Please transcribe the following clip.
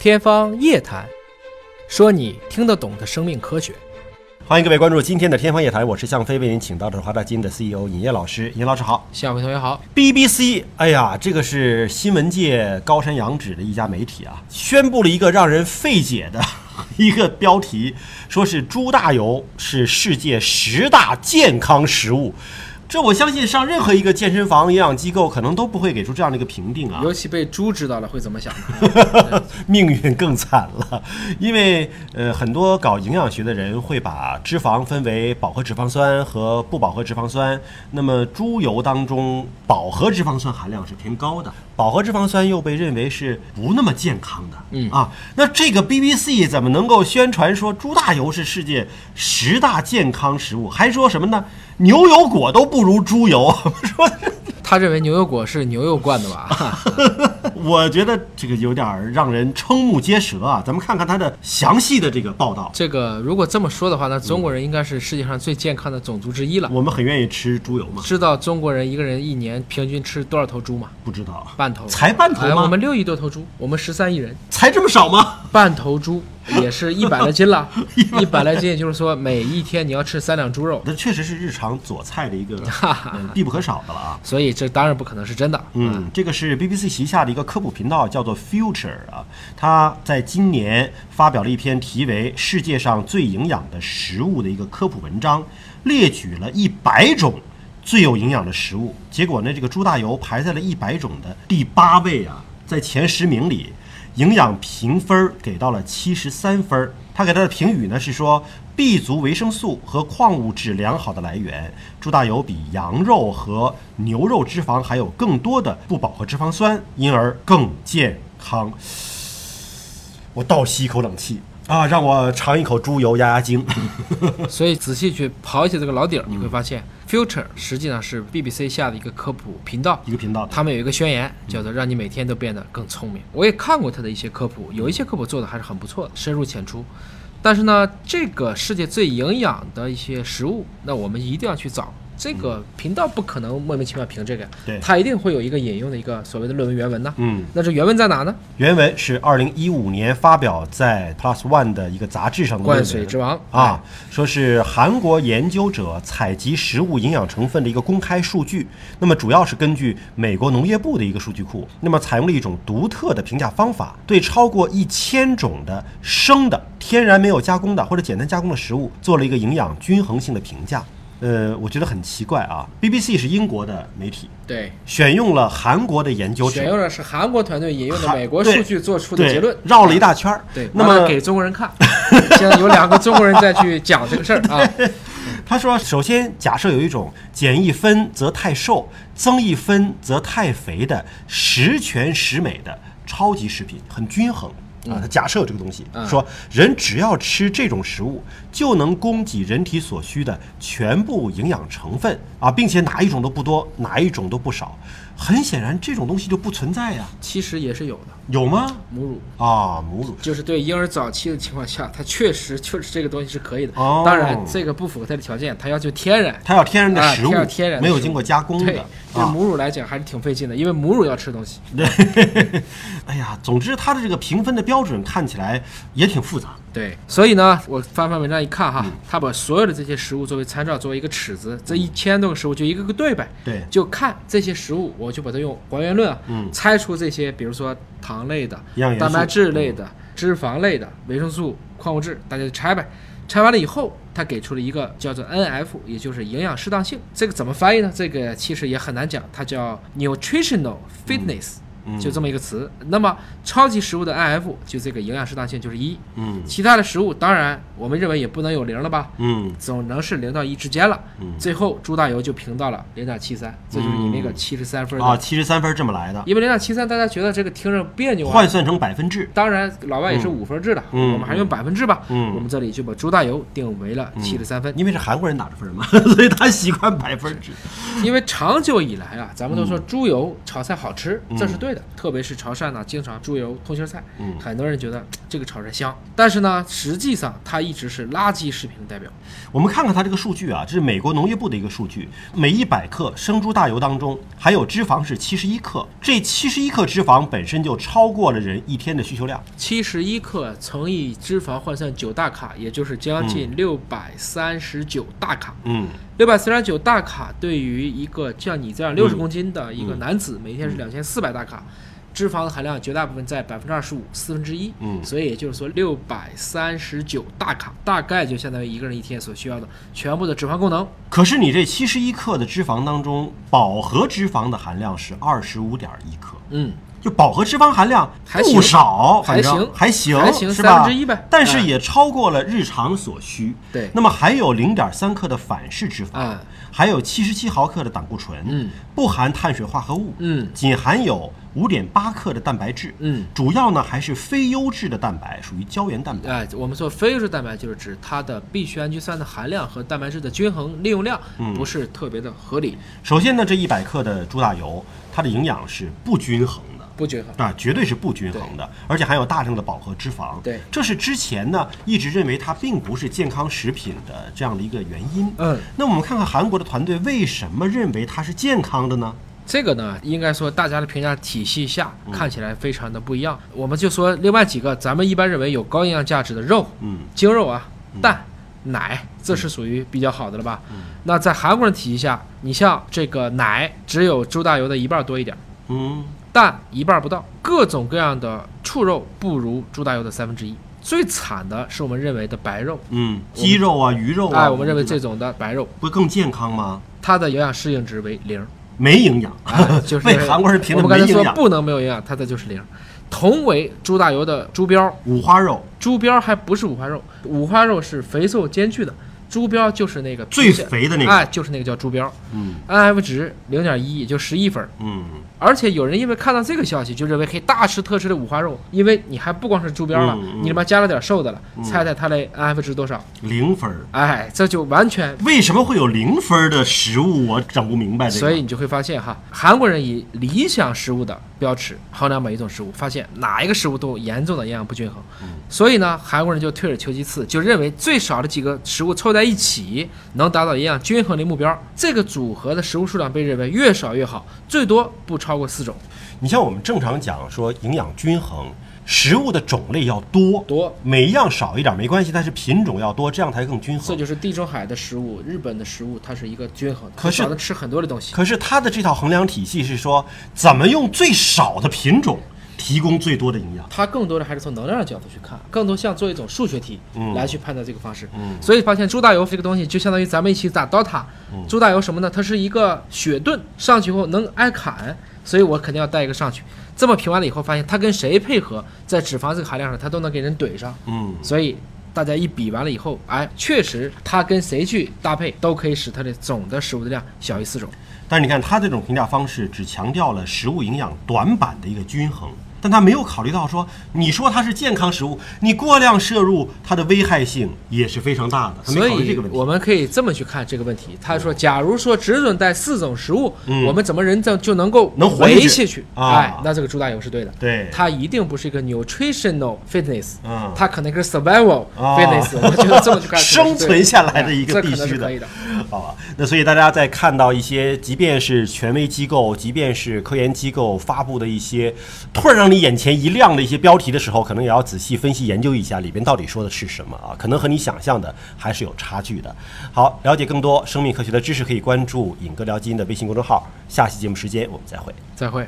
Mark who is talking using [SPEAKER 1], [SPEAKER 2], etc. [SPEAKER 1] 天方夜谭，说你听得懂的生命科学。
[SPEAKER 2] 欢迎各位关注今天的天方夜谭，我是向飞，为您请到的是华大基因的 CEO 尹烨老师。尹老师好
[SPEAKER 1] 下位同学好，
[SPEAKER 2] ，BBC，哎呀，这个是新闻界高山仰止的一家媒体啊，宣布了一个让人费解的 一个标题，说是猪大油是世界十大健康食物。这我相信上任何一个健身房、营养机构可能都不会给出这样的一个评定啊。
[SPEAKER 1] 尤其被猪知道了会怎么想呢？
[SPEAKER 2] 命运更惨了，因为呃，很多搞营养学的人会把脂肪分为饱和脂肪酸和不饱和脂肪酸。那么猪油当中，饱和脂肪酸含量是偏高的，饱和脂肪酸又被认为是不那么健康的。嗯啊，那这个 BBC 怎么能够宣传说猪大油是世界十大健康食物？还说什么呢？牛油果都不如猪油，说
[SPEAKER 1] 他认为牛油果是牛油灌的吧？
[SPEAKER 2] 我觉得这个有点儿让人瞠目结舌啊！咱们看看它的详细的这个报道。
[SPEAKER 1] 这个如果这么说的话，那中国人应该是世界上最健康的种族之一了。
[SPEAKER 2] 我们很愿意吃猪油吗？
[SPEAKER 1] 知道中国人一个人一年平均吃多少头猪吗？
[SPEAKER 2] 不知道，
[SPEAKER 1] 半头。
[SPEAKER 2] 才半头
[SPEAKER 1] 哎，
[SPEAKER 2] 吗？
[SPEAKER 1] 我们六亿多头猪，我们十三亿人，
[SPEAKER 2] 才这么少吗？
[SPEAKER 1] 半头猪也是一百来斤 了。一百来斤，也就是说每一天你要吃三两猪肉，
[SPEAKER 2] 那确实是日常佐菜的一个、呃必不可少的了啊。
[SPEAKER 1] 所以这当然不可能是真的。
[SPEAKER 2] 嗯，这个是 BBC 旗下的一个科普频道，叫做 Future 啊。它在今年发表了一篇题为《世界上最营养的食物》的一个科普文章，列举了一百种最有营养的食物。结果呢，这个猪大油排在了一百种的第八位啊，在前十名里，营养评分儿给到了七十三分儿。他给它的评语呢是说，B 族维生素和矿物质良好的来源，猪大油比羊肉和牛肉脂肪还有更多的不饱和脂肪酸，因而更健康。我倒吸一口冷气啊，让我尝一口猪油压压惊。
[SPEAKER 1] 所以仔细去刨一下这个老底儿，你会发现、Future 实际上是 BBC 下的一个科普频道
[SPEAKER 2] 一。个频道的，
[SPEAKER 1] 他们有一个宣言，叫做“让你每天都变得更聪明”。我也看过他的一些科普，有一些科普做的还是很不错的，深入浅出。但是呢，这个世界最营养的一些食物，那我们一定要去找。这个频道不可能莫名其妙评这个呀，
[SPEAKER 2] 对
[SPEAKER 1] 它一定会有一个引用的一个所谓的论文原文呐。
[SPEAKER 2] 嗯，
[SPEAKER 1] 那这原文在哪呢？
[SPEAKER 2] 原文是二零一五年发表在 Plus One 的一个杂志上的
[SPEAKER 1] 灌
[SPEAKER 2] 论
[SPEAKER 1] 水
[SPEAKER 2] 文。
[SPEAKER 1] 之王
[SPEAKER 2] 啊，说是韩国研究者采集食物营养成分的一个公开数据，那么主要是根据美国农业部的一个数据库，那么采用了一种独特的评价方法，对超过一千种的生的、天然没有加工的或者简单加工的食物做了一个营养均衡性的评价。呃，我觉得很奇怪啊，BBC 是英国的媒体，
[SPEAKER 1] 对，
[SPEAKER 2] 选用了韩国的研究者
[SPEAKER 1] 选，用的是韩国团队引用的
[SPEAKER 2] 韩
[SPEAKER 1] 美国
[SPEAKER 2] 对
[SPEAKER 1] 数据做出的
[SPEAKER 2] 对
[SPEAKER 1] 结论，
[SPEAKER 2] 绕了一大圈儿。
[SPEAKER 1] 对，
[SPEAKER 2] 那
[SPEAKER 1] 完了
[SPEAKER 2] 么
[SPEAKER 1] 给中国人看， 现在有两个中国人在去讲这个事儿 啊，
[SPEAKER 2] 他说，首先假设有一种减一分则太瘦，增一分则太肥的十全十美的超级食品，很均衡。
[SPEAKER 1] 嗯
[SPEAKER 2] 啊，他假设有这个东西，说人只要吃这种食物，就能供给人体所需的全部营养成分啊，并且哪一种都不多，哪一种都不少。很显然，这种东西就不存在呀、
[SPEAKER 1] 其实也是有的，
[SPEAKER 2] 有吗？
[SPEAKER 1] 母乳。
[SPEAKER 2] 啊，母乳
[SPEAKER 1] 就是对婴儿早期的情况下，它确实确实这个东西是可以的。
[SPEAKER 2] 哦
[SPEAKER 1] 当然，这个不符合它的条件，它要求天然。
[SPEAKER 2] 它要天然的
[SPEAKER 1] 啊
[SPEAKER 2] 食物，
[SPEAKER 1] 它要天然的
[SPEAKER 2] 没有
[SPEAKER 1] 食物
[SPEAKER 2] 经过加工
[SPEAKER 1] 对
[SPEAKER 2] 的，
[SPEAKER 1] 对
[SPEAKER 2] 啊。
[SPEAKER 1] 母乳来讲还是挺费劲的，因为母乳要吃东西。
[SPEAKER 2] 哎呀，总之它的这个评分的标准看起来也挺复杂。
[SPEAKER 1] 对，所以呢，我翻翻文章一看
[SPEAKER 2] 嗯
[SPEAKER 1] 哈，他把所有的这些食物作为参照，作为一个尺子，这一千多个食物就一个个对呗。
[SPEAKER 2] 对
[SPEAKER 1] 就看这些食物，我就把它用还原论啊，嗯，拆除这些，比如说糖类的
[SPEAKER 2] 营养、元素嗯
[SPEAKER 1] 蛋白质类的、脂肪类的、维生素、矿物质，大家就拆呗。拆完了以后，他给出了一个叫做 NF，也就是营养适当性。这个怎么翻译呢？这个其实也很难讲，它叫 nutritional fitness，、就
[SPEAKER 2] 嗯
[SPEAKER 1] 这么一个词。那么超级食物的 NF 就这个营养适当性就是一，
[SPEAKER 2] 嗯
[SPEAKER 1] 其他的食物当然我们认为也不能有零了吧，
[SPEAKER 2] 嗯，
[SPEAKER 1] 总能是零到一之间了。最后猪大油就评到了零点七三，这就是你那个七十三分的。
[SPEAKER 2] 啊，七十三分这么来的，
[SPEAKER 1] 因为零点七三大家觉得这个听着别扭啊。
[SPEAKER 2] 换算成百分制，
[SPEAKER 1] 当然，老外也是五分制的，
[SPEAKER 2] 嗯
[SPEAKER 1] 我们还用百分制吧。
[SPEAKER 2] 嗯
[SPEAKER 1] 我们这里就把猪大油定为了七十三分，
[SPEAKER 2] 因为是韩国人打的分嘛， 所以他习惯百分制。嗯
[SPEAKER 1] 因为长久以来啊，咱们都说猪油炒菜好吃，这是对的。的，特别是潮汕呢，经常猪油通心菜，
[SPEAKER 2] 嗯
[SPEAKER 1] 很多人觉得嘖这个炒菜香，但是呢，实际上它一直是垃圾食品的代表。
[SPEAKER 2] 我们看看它这个数据啊，这是美国农业部的一个数据，每一百克生猪大油当中含有脂肪是七十一克，这七十一克脂肪本身就超过了人一天的需求量。
[SPEAKER 1] 七十一克乘以脂肪换算九大卡，也就是将近六百三十九大卡。
[SPEAKER 2] 嗯，
[SPEAKER 1] 六百三十九大卡对于一个像你这样六十公斤的一个男子，每天是两千四百大卡，脂肪的含量绝大部分在百分之二十五，四分之一。
[SPEAKER 2] 嗯
[SPEAKER 1] 所以也就是说，六百三十九大卡大概就相当于一个人一天所需要的全部的脂肪功能。
[SPEAKER 2] 可是你这七十一克的脂肪当中，饱和脂肪的含量是二十五点一克。
[SPEAKER 1] 嗯，
[SPEAKER 2] 就饱和脂肪含量
[SPEAKER 1] 还行
[SPEAKER 2] 不少，
[SPEAKER 1] 还
[SPEAKER 2] 反正
[SPEAKER 1] 行
[SPEAKER 2] 还行，
[SPEAKER 1] 还行
[SPEAKER 2] 是吧？
[SPEAKER 1] 三分之一呗
[SPEAKER 2] 但是
[SPEAKER 1] 嗯
[SPEAKER 2] 也超过了日常所需。
[SPEAKER 1] 对
[SPEAKER 2] 那么还有零点三克的反式脂肪
[SPEAKER 1] 啊，
[SPEAKER 2] 还有七十七毫克的胆固醇，
[SPEAKER 1] 嗯，
[SPEAKER 2] 不含碳水化合物，
[SPEAKER 1] 嗯，
[SPEAKER 2] 仅含有五点八克的蛋白质，
[SPEAKER 1] 嗯，
[SPEAKER 2] 主要呢还是非优质的蛋白，属于胶原蛋白。
[SPEAKER 1] 哎，我们说非优质蛋白就是指它的必需氨基酸的含量和蛋白质的均衡利用量不是特别的合理，
[SPEAKER 2] 首先呢，这一百克的猪大油，它的营养是不均衡的。
[SPEAKER 1] 不均衡。
[SPEAKER 2] 啊，绝对是不均衡的，而且含有大量的饱和脂肪。
[SPEAKER 1] 对
[SPEAKER 2] 这是之前呢一直认为它并不是健康食品的这样的一个原因。
[SPEAKER 1] 嗯，
[SPEAKER 2] 那我们看看韩国的团队为什么认为它是健康的呢？
[SPEAKER 1] 这个呢，应该说大家的评价体系下
[SPEAKER 2] 嗯
[SPEAKER 1] 看起来非常的不一样。我们就说另外几个咱们一般认为有高营养价值的肉，
[SPEAKER 2] 嗯，嗯
[SPEAKER 1] 精肉啊、蛋、奶，这是属于比较好的了吧？那在韩国人体系下，你像这个奶只有猪大油的一半多一点，
[SPEAKER 2] 嗯，
[SPEAKER 1] 蛋一半不到，各种各样的畜肉不如猪大油的三分之一。最惨的是我们认为的白肉，
[SPEAKER 2] 嗯，鸡肉啊，鱼肉啊，
[SPEAKER 1] 哎，我们认为这
[SPEAKER 2] 对吧
[SPEAKER 1] 种的白肉，
[SPEAKER 2] 不更健康吗？
[SPEAKER 1] 它的营养适应值为零。
[SPEAKER 2] 没营养，
[SPEAKER 1] 啊，就是
[SPEAKER 2] 被韩国人评
[SPEAKER 1] 我
[SPEAKER 2] 的
[SPEAKER 1] 们刚
[SPEAKER 2] 没
[SPEAKER 1] 才
[SPEAKER 2] 营
[SPEAKER 1] 说
[SPEAKER 2] 养。
[SPEAKER 1] 不能没有营养，它的就是零。同为猪大油的猪膘，
[SPEAKER 2] 五花肉
[SPEAKER 1] 猪膘还不是五花肉，五花肉是肥瘦兼具的，猪膘就是那个
[SPEAKER 2] 最肥的那个，
[SPEAKER 1] 哎，就是那个叫猪膘
[SPEAKER 2] 嗯
[SPEAKER 1] ，NF 值零点一，也就十一分儿。
[SPEAKER 2] 嗯，
[SPEAKER 1] 而且有人因为看到这个消息，就认为可以大吃特吃的五花肉，因为你还不光是猪膘了，
[SPEAKER 2] 嗯嗯嗯
[SPEAKER 1] 你里面加了点瘦的了，猜猜它的 NF 值多少？
[SPEAKER 2] 零分儿。
[SPEAKER 1] 哎，这就完全
[SPEAKER 2] 为什么会有零分儿的食物？我整不明白这个。
[SPEAKER 1] 所以你就会发现哈，韩国人以理想食物的标尺衡量每一种食物，发现哪一个食物都有严重的营养不均衡。
[SPEAKER 2] 嗯
[SPEAKER 1] 所以呢，韩国人就退而求其次，就认为最少的几个食物凑在一起能达到营养均衡的目标。这个组合的食物数量被认为越少越好，最多不超过四种。
[SPEAKER 2] 你像我们正常讲说营养均衡，食物的种类要多
[SPEAKER 1] 多，
[SPEAKER 2] 每一样少一点没关系，但是品种要多，这样才更均
[SPEAKER 1] 这
[SPEAKER 2] 衡。
[SPEAKER 1] 就是地中海的食物，日本的食物，它是一个均衡的，
[SPEAKER 2] 可是
[SPEAKER 1] 少能吃很多的东西。
[SPEAKER 2] 可是它的这套衡量体系是说，怎么用最少的品种提供最多的营养？
[SPEAKER 1] 它更多的还是从能量的角度去看，更多像做一种数学题来去判断这个方式。所以发现猪大油这个东西就相当于咱们一起打 DOTA，、猪大油什么呢？它是一个血盾，上去以后能挨砍，所以我肯定要带一个上去。这么评完了以后，发现它跟谁配合，在脂肪这个含量上，它都能给人怼上。
[SPEAKER 2] 嗯，
[SPEAKER 1] 所以大家一比完了以后，哎，确实它跟谁去搭配，都可以使它的总的食物的量小于四种。
[SPEAKER 2] 但是你看它这种评价方式只强调了食物营养短板的一个均衡。但它没有考虑到说，你说它是健康食物，你过量摄入它的危害性也是非常大的。它没
[SPEAKER 1] 所
[SPEAKER 2] 考虑这
[SPEAKER 1] 以
[SPEAKER 2] 个问题。嗯
[SPEAKER 1] 我们可以这么去看这个问题。他说，假如说只准带四种食物，我们怎么人就就能够
[SPEAKER 2] 能活下
[SPEAKER 1] 维
[SPEAKER 2] 去
[SPEAKER 1] 下去？
[SPEAKER 2] 啊
[SPEAKER 1] 哎，那这个猪大油是对的。
[SPEAKER 2] 对
[SPEAKER 1] 它一定不是一个 nutritional fitness，
[SPEAKER 2] 嗯
[SPEAKER 1] 它可能是 survival
[SPEAKER 2] 啊
[SPEAKER 1] fitness。我觉得这么去看，
[SPEAKER 2] 生存下来的一个
[SPEAKER 1] 哎
[SPEAKER 2] 必
[SPEAKER 1] 这可能
[SPEAKER 2] 须
[SPEAKER 1] 是
[SPEAKER 2] 的
[SPEAKER 1] 可以的。
[SPEAKER 2] 好吧，啊那所以大家在看到一些，即便是权威机构，即便是科研机构发布的一些突然让你眼前一亮的一些标题的时候，可能也要仔细分析研究一下里边到底说的是什么啊，可能和你想象的还是有差距的。好，了解更多生命科学的知识，可以关注“尹哥聊基因”的微信公众号。下期节目时间我们再会。
[SPEAKER 1] 再会。